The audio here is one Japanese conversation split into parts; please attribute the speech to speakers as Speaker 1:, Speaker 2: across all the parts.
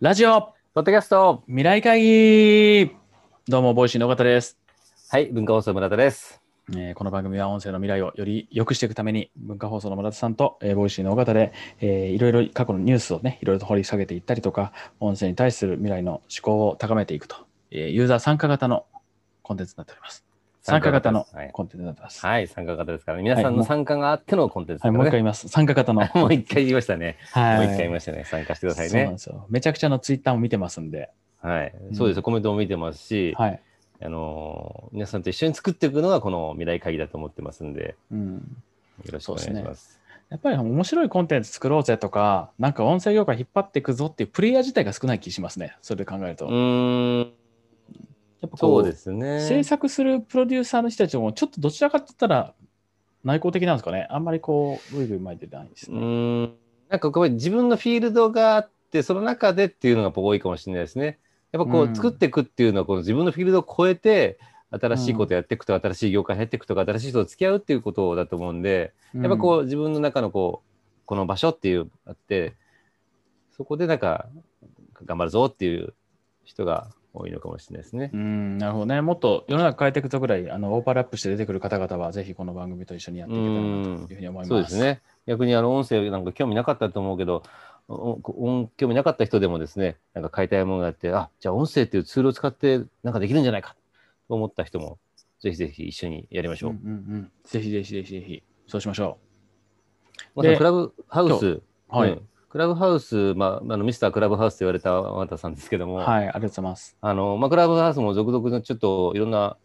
Speaker 1: ラジオ
Speaker 2: ポッドキャスト、
Speaker 1: 未来会議どうも、ボイシーの尾形です、
Speaker 2: はい、文化放送村田です。
Speaker 1: えーこの番組は音声の未来をより良くしていくために、文化放送の村田さんと、えーボイシーの尾形で、えーいろいろ過去のニュースをね、いろいろと掘り下げていったりとか、音声に対する未来の思考を高めていくと、えーユーザー参加型のコンテンツになっております。参加型の
Speaker 2: はい
Speaker 1: コンテンツになってます。はい、
Speaker 2: はい、参加型ですから、ね、皆さん
Speaker 1: も
Speaker 2: の
Speaker 1: う
Speaker 2: 参加があってのコンテンツです
Speaker 1: もう一回
Speaker 2: か
Speaker 1: 言
Speaker 2: ら
Speaker 1: います。参加型の。
Speaker 2: ね。 もう一回言いましたね。
Speaker 1: はい、
Speaker 2: もう一回言いましたね。参加してください
Speaker 1: そうなん
Speaker 2: ね
Speaker 1: で。すよ。めちゃくちゃあのツイッターも見てますんで。
Speaker 2: はい
Speaker 1: ん、
Speaker 2: そうですよ。コメントも見てますし、
Speaker 1: はい。
Speaker 2: あのー皆さんと一緒に作っていくのがこの未来会議だと思ってますんで、
Speaker 1: うん。
Speaker 2: よろしくお願いします。
Speaker 1: やっぱり面白いコンテンツ作ろうぜとか、なんか音声業界引っ張っていくぞっていうプレイヤー自体が少ない気しますね、それで考えると。
Speaker 2: う
Speaker 1: や
Speaker 2: ーん、
Speaker 1: っぱこ
Speaker 2: そううですね。
Speaker 1: 制作するプロデューサーの人たちも、ちょっとどちらかって言ったら内向的なんですかね、あんまりこう、ブイブイ巻いてないです
Speaker 2: う
Speaker 1: ね。
Speaker 2: ーん、なんかこう自分のフィールドがあって、その中でっていうのがやっぱ多いかもしれないですね。やっぱこ
Speaker 1: うん
Speaker 2: う作っていくっていうのは、この自分のフィールドを超えて、新しいことやっていくとか、新しい業界入っていくとか、新しい人と付き合うっていうことだと思うんで、やっぱこう自分の中のこう、この場所っていうのがあって、そこでなんか、頑張るぞっていう人が多いのかもしれないですね
Speaker 1: う。ん、うんなるほどね。もっと世の中変えていくとぐらい、あのオーバーラップして出てくる方々は、ぜひこの番組と一緒にやっていけたらなというふうに思います。
Speaker 2: そうです。ね。逆にあの音声なんか興味なかったと思うけど、お音興味なかった人でもですね、なんか買いたいものがあって、あじゃあ音声っていうツールを使ってなんかできるんじゃないかと思った人も、ぜひぜひ一緒にやりまし
Speaker 1: うん
Speaker 2: ょ
Speaker 1: う
Speaker 2: う。
Speaker 1: んうん、ぜひぜひぜひぜひ、そうしましょ
Speaker 2: また
Speaker 1: で
Speaker 2: クラブハウス、
Speaker 1: う。はい。
Speaker 2: うんクラブハウス、まあ、あのミスタークラブハウスと言われた和田さんですけども、
Speaker 1: はい、ありがとうございます。
Speaker 2: あのまあ、クラブハウスも続々のちょっといろんな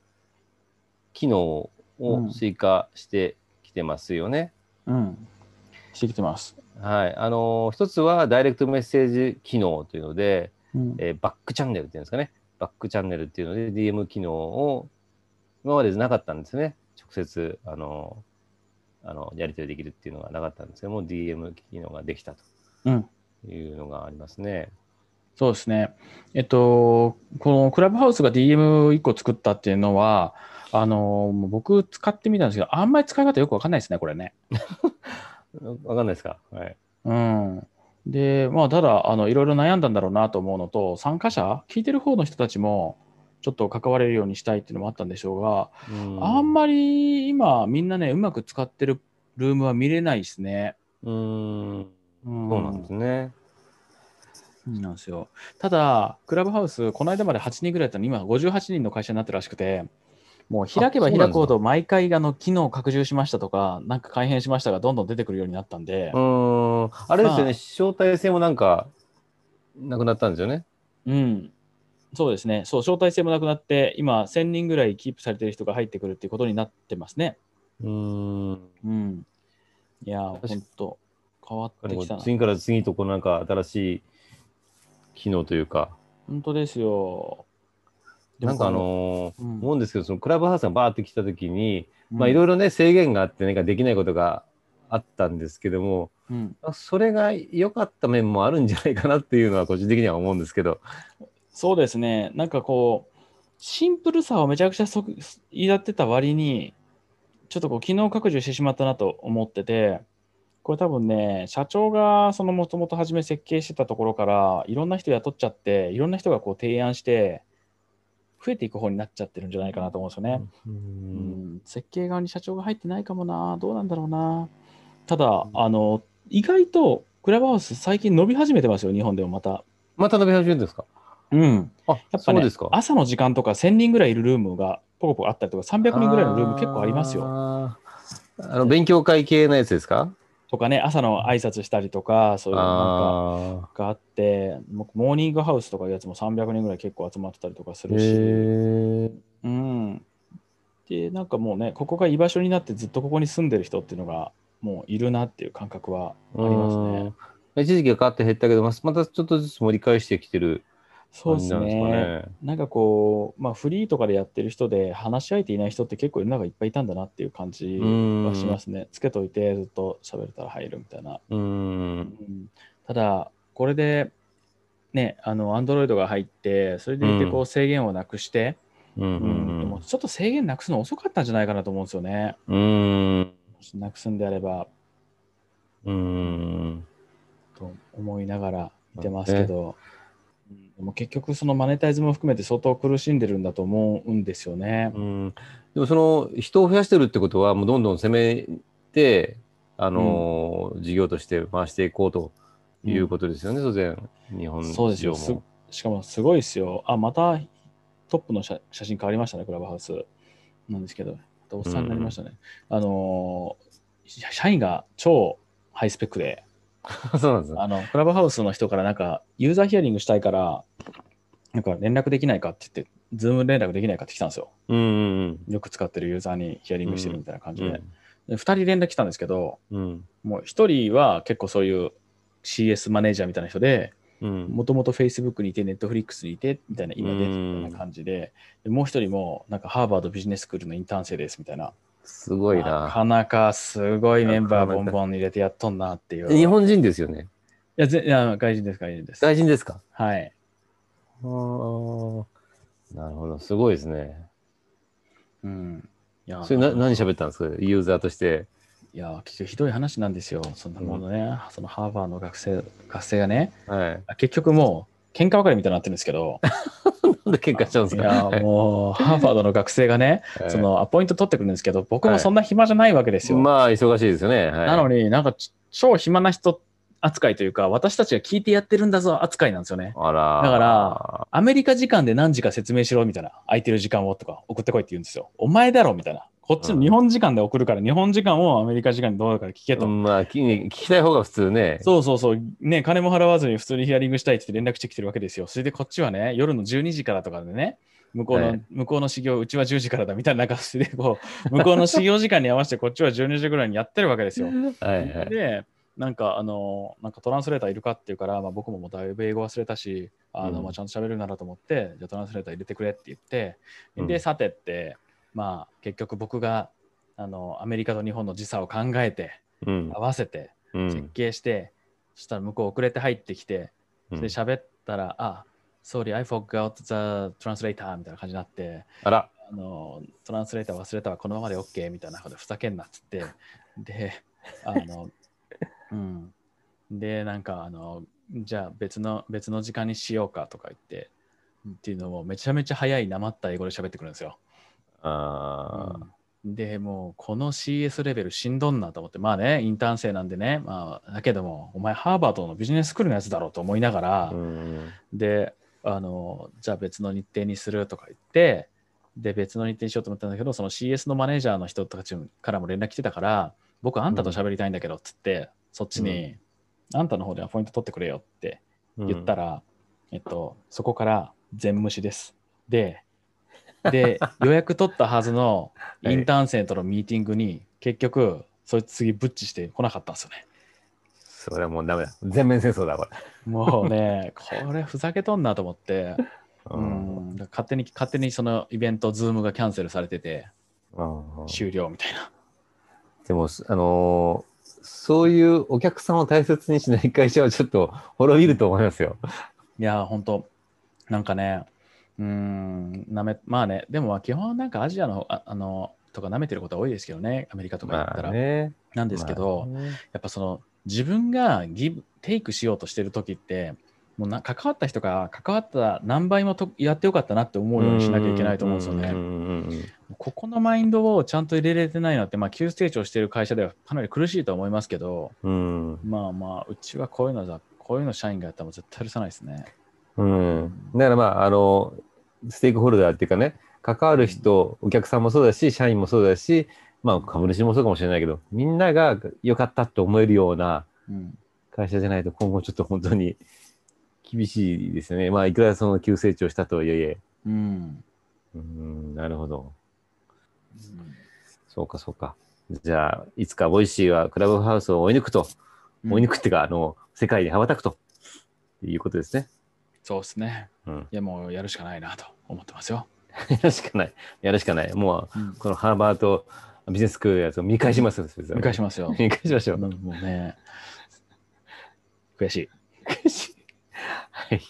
Speaker 2: 機能を
Speaker 1: うん
Speaker 2: 追加してきてますよね。
Speaker 1: うん。してきてます。
Speaker 2: はい、あの一つはダイレクトメッセージ機能というので、
Speaker 1: うん
Speaker 2: えーバックチャンネルっていうんですかね、バックチャンネルっていうので、DM 機能を今までなかったんですね、直接、あの、あのやり取りできるっていうのがなかったんですけども、DM 機能ができた
Speaker 1: うん
Speaker 2: というのがありますね。
Speaker 1: そうですね。えっと、このクラブハウスが DM1 個作ったっていうのは、あのもう僕使ってみたんですけど、あんまり使い方よくわかんないですね、これね。
Speaker 2: わかんないですか、はい、
Speaker 1: うん。で、まあ、ただ、あの、いろいろ悩んだんだろうなと思うのと、参加者、聞いてる方の人たちも、ちょっと関われるようにしたいっていうのもあったんでしょうが、あん
Speaker 2: ま
Speaker 1: まり今、みんなね、うまく使ってるルームは見れないですね。
Speaker 2: うーん、
Speaker 1: うん
Speaker 2: そうなんですね。
Speaker 1: そうなんですよ。ただ、クラブハウス、この間まで8人ぐらいだったのに、今58人の会社になってるらしくて、もう開けば
Speaker 2: あそ
Speaker 1: 開
Speaker 2: うなんですか
Speaker 1: くほど、毎回、あの、機能拡充しましたとか、なんか改変しましたが、どんどん出てくるようになったんで
Speaker 2: う、ーん、あれですよね、
Speaker 1: まあ
Speaker 2: 招待制もなんか、なくなったんですよね。
Speaker 1: うん。そうですね。そう、招待制もなくなって、今、1000人ぐらいキープされてる人が入ってくるっていうことになってますね。
Speaker 2: うーん
Speaker 1: うん。いやー、
Speaker 2: 確か
Speaker 1: ほんと、変わってきたな。
Speaker 2: 次から次とこうなんか新しい機能というか、
Speaker 1: 本当ですよ。でも
Speaker 2: なんかあ、のー
Speaker 1: うん
Speaker 2: 思うんですけど、そのクラブハウスがバーって来た時に、まあ
Speaker 1: うん
Speaker 2: いろいろね、制限があって、なんかできないことがあったんですけども、
Speaker 1: うん
Speaker 2: あそれが良かった面もあるんじゃないかなっていうのは個人的には思うんですけど、
Speaker 1: そうですね、なんかこう、シンプルさをめちゃくちゃそくやってた割に、ちょっとこう、機能拡充してしまったなと思ってて、これ多分ね、社長がそのもともと初め設計してたところから、いろんな人雇っちゃって、いろんな人がこう提案して、増えていく方になっちゃってるんじゃないかなと思うんですよね。
Speaker 2: う
Speaker 1: うんん、設計側に社長が入ってないかもな、どうなんだろうな。ただ、あの、意外とクラブハウス最近伸び始めてますよ、日本でもまた。
Speaker 2: また伸び始めるんですか
Speaker 1: うん。
Speaker 2: あ、
Speaker 1: やっぱ
Speaker 2: そう
Speaker 1: ね
Speaker 2: ですか。
Speaker 1: 朝の時間とか1000人ぐらいいるルームがポコポコあったりとか300人ぐらいのルーム結構ありますよ。
Speaker 2: あー。あの、勉強会系のやつですか
Speaker 1: とかね朝の挨拶したりとかそういうなんか
Speaker 2: あ
Speaker 1: があってもうモーニングハウスとかいうやつも300人ぐらい結構集まってたりとかす
Speaker 2: あー。
Speaker 1: るし。
Speaker 2: へー
Speaker 1: うん、でなんかもうねここが居場所になってずっとここに住んでる人っていうのがもういるなっていう感覚はあります
Speaker 2: う
Speaker 1: ね。
Speaker 2: ん。一時期は変わって減ったけど、ままたちょっとずつ盛り返してきてる
Speaker 1: そう
Speaker 2: 感
Speaker 1: で
Speaker 2: じ
Speaker 1: す
Speaker 2: なんですか
Speaker 1: ね。
Speaker 2: ね。
Speaker 1: なんかこう、まあ、フリーとかでやってる人で話し相手いない人って結構世の中いっぱいいたんだなっていう感じ
Speaker 2: うん
Speaker 1: はしますね。つけといてずっと喋れたら入るみたいな。
Speaker 2: うん。
Speaker 1: うんただ、これで、ね、あの、アンドロイドが入って、それでいて、こ
Speaker 2: う
Speaker 1: う、制限をなくして、
Speaker 2: う
Speaker 1: うんでも、ちょっと制限なくすの遅かったんじゃないかなと思うんですよね。
Speaker 2: うん。
Speaker 1: もしなくすんであれば、
Speaker 2: うん。
Speaker 1: と思いながら見てますけど、でも結局そのマネタイズも含めて相当苦しんでるんだと思うんですよね。
Speaker 2: うん、でもその人を増やしてるってことはもうどんどん攻めて、あのー事業として回していこうということですよね、当然日本
Speaker 1: そうです
Speaker 2: 市場
Speaker 1: よ。
Speaker 2: も。
Speaker 1: すしかもすごいですよ。あ、またトップの写写真変わりましたね、クラブハウス。なんですけど、おっさんになりましたね。あのー社社員が超ハイスペックで、
Speaker 2: そうなんですね
Speaker 1: あのクラブハウスの人からなんか、ユーザーヒアリングしたいから、なんか連絡できないかって言って、ズーム連絡できないかって来たんですよ。
Speaker 2: うんうん
Speaker 1: よく使ってるユーザーにヒアリングしてるみたいな感じで。
Speaker 2: うん。
Speaker 1: で2人連絡来たんですけど、
Speaker 2: うん。
Speaker 1: もう1人は結構そういう CS マネージャーみたいな人で、
Speaker 2: うん。
Speaker 1: もともと Facebook にいて、Netflix にいて、みたいな、今で、
Speaker 2: うん
Speaker 1: みたいな感じで、でもう一人も、なんかハーバードビジネススクールのインターン生です、みたいな。
Speaker 2: すごい
Speaker 1: な
Speaker 2: な。
Speaker 1: かなかすごいメンバー
Speaker 2: なか
Speaker 1: ボン
Speaker 2: なか
Speaker 1: ボンに入れてやっとんなっていう。
Speaker 2: 日
Speaker 1: い
Speaker 2: 本人ですよね。
Speaker 1: や、ぜいや外人です、外人です。
Speaker 2: 外人ですか
Speaker 1: はい。
Speaker 2: あーなるほど、すごいですね。
Speaker 1: うん。いや、
Speaker 2: それな
Speaker 1: なんか
Speaker 2: 何喋ったんですかユーザーとして。
Speaker 1: いや、結局ひどい話なんですよ。そんなものね、そのハーバーの学生、学生がね、
Speaker 2: はい。
Speaker 1: 結局もう、喧嘩別れみたいになってるんですけど、
Speaker 2: なんで喧嘩しちゃうんです
Speaker 1: い
Speaker 2: か
Speaker 1: や
Speaker 2: はい
Speaker 1: もう、ハーバードの学生が ね、そのアポイント取ってくるんですけど、僕もそんな暇じゃないわけですよ。
Speaker 2: まあ、忙しいですよね。はい
Speaker 1: なのになんかち超暇な人扱いというか、私たちが聞いてやってるんだぞ扱いなんですよね。
Speaker 2: あら。
Speaker 1: だから、アメリカ時間で何時か説明しろみたいな、空いてる時間をとか送ってこいって言うんですよ。お前だろみたいな。こっち
Speaker 2: うん
Speaker 1: 日本時間で送るから、日本時間をアメリカ時間にどうだから聞けと。
Speaker 2: まあ、聞き聞きたい方が普通ね。
Speaker 1: そうそうそう、ね、金も払わずに普通にヒアリングしたいって連絡してきてるわけですよ。それでこっちはね、夜の12時からとかでね、向こうの、
Speaker 2: はい
Speaker 1: 向こうの始業、うちは10時からだみたいな、なんかそれでこう、向こうの始業時間に合わせてこっちは12時ぐらいにやってるわけですよ。
Speaker 2: はいはい。
Speaker 1: で、なんか、あの、なんかトランスレーターいるかっていうから、まあ、僕ももうだいぶ英語忘れたし、あの
Speaker 2: うん
Speaker 1: まあちゃんと喋るならと思って、じゃあトランスレーター入れてくれって言って、
Speaker 2: う
Speaker 1: で、
Speaker 2: ん
Speaker 1: さてって、まあ、結局僕が、あの、アメリカと日本の時差を考えて、
Speaker 2: うん
Speaker 1: 合わせて、
Speaker 2: う
Speaker 1: 設
Speaker 2: ん。
Speaker 1: 計して、そしたら向こう遅れて入ってきて、
Speaker 2: うん
Speaker 1: で、喋ったら、あ、sorry, I forgot the translator みたいな感じになって、
Speaker 2: あら。
Speaker 1: あのトランスレーター忘れたわこのままで OK みたいなことでふざけんなっつってであのうんでなんかあのじゃあ別の別の時間にしようかとか言ってっていうのをめちゃめちゃ早いなまった英語で喋ってくるんですよ、
Speaker 2: あ
Speaker 1: う
Speaker 2: ー
Speaker 1: んでもうこの CS レベルしんどんなと思ってまあねインターン生なんでねまあだけどもお前ハーバードのビジネススクールのやつだろうと思いながら、
Speaker 2: うん
Speaker 1: であのじゃあ別の日程にするとか言ってで別の日程にしようと思ったんだけどその CS のマネージャーの人たちからも連絡来てたから僕あんたと喋りたいんだけどっつって、そっちに、あんたの方でアポイント取ってくれよって言った。ら、えっと、そこから全無視ですでで予約取 ったはずのインターン生とのミーティングに結局そいつ次ブッチしてこなかったんですよね
Speaker 2: それはもうダメだ。全面戦争だ、これ。
Speaker 1: もうねこれふざけとんなと思って
Speaker 2: う
Speaker 1: うんん、だから勝手に勝手にそのイベント、ズームがキャンセルされてて、
Speaker 2: うん
Speaker 1: 終了みたいな。
Speaker 2: でも、すあのーそういうお客さんを大切にしない会社はちょっと 滅びると思いますよ。
Speaker 1: いやー、ほんと、なんかね、うーん、なめ、まあね、でもまあ基本なんかアジアの、ああの、とか舐めてることは多いですけどね、アメリカとかだった
Speaker 2: ま
Speaker 1: ら。
Speaker 2: あね。
Speaker 1: なんですけ
Speaker 2: まあ
Speaker 1: ど、
Speaker 2: ね
Speaker 1: やっぱその、自分がギブ、テイクしようとしてる時って、もうな関わった人が関わった何倍もとやってよかったなって思うようにしなきゃいけないと思うんですよね。
Speaker 2: んうんうんうん
Speaker 1: ここのマインドをちゃんと入れれてないのって、まあ、急成長してる会社ではかなり苦しいとは思いますけど、
Speaker 2: うん
Speaker 1: まあまあ、うちはこういうのだ、こういうの社員がやったらもう絶対許さないですね。
Speaker 2: うん、だからまあ、あの、ステークホルダーっていうかね、関わる人、お客さんもそうだし、社員もそうだし、まあ、株主もそうかもしれないけど、みんなが良かったって思えるような
Speaker 1: うん。
Speaker 2: 会社じゃないと、今後ちょっと本当に厳しいですよね。まあ、いくらその急成長したとはいえ、
Speaker 1: うん。
Speaker 2: うん、なるほど。そうか、そうか。じゃあ、いつかボイシーはクラブハウスを追い抜くと、追い抜くっていうか、あの、世界に羽ばたくということですね。
Speaker 1: そうですね。
Speaker 2: うん。
Speaker 1: いや、もうやるしかないなと思ってますよ。
Speaker 2: やるしかない。やるしかない。もう、
Speaker 1: うん、
Speaker 2: このハーバーとビジネススクールのやつを見返しますよ。
Speaker 1: 見返し
Speaker 2: ま。
Speaker 1: ますよ
Speaker 2: 見返しましょう。
Speaker 1: もうね、悔しい。
Speaker 2: 悔しいはい。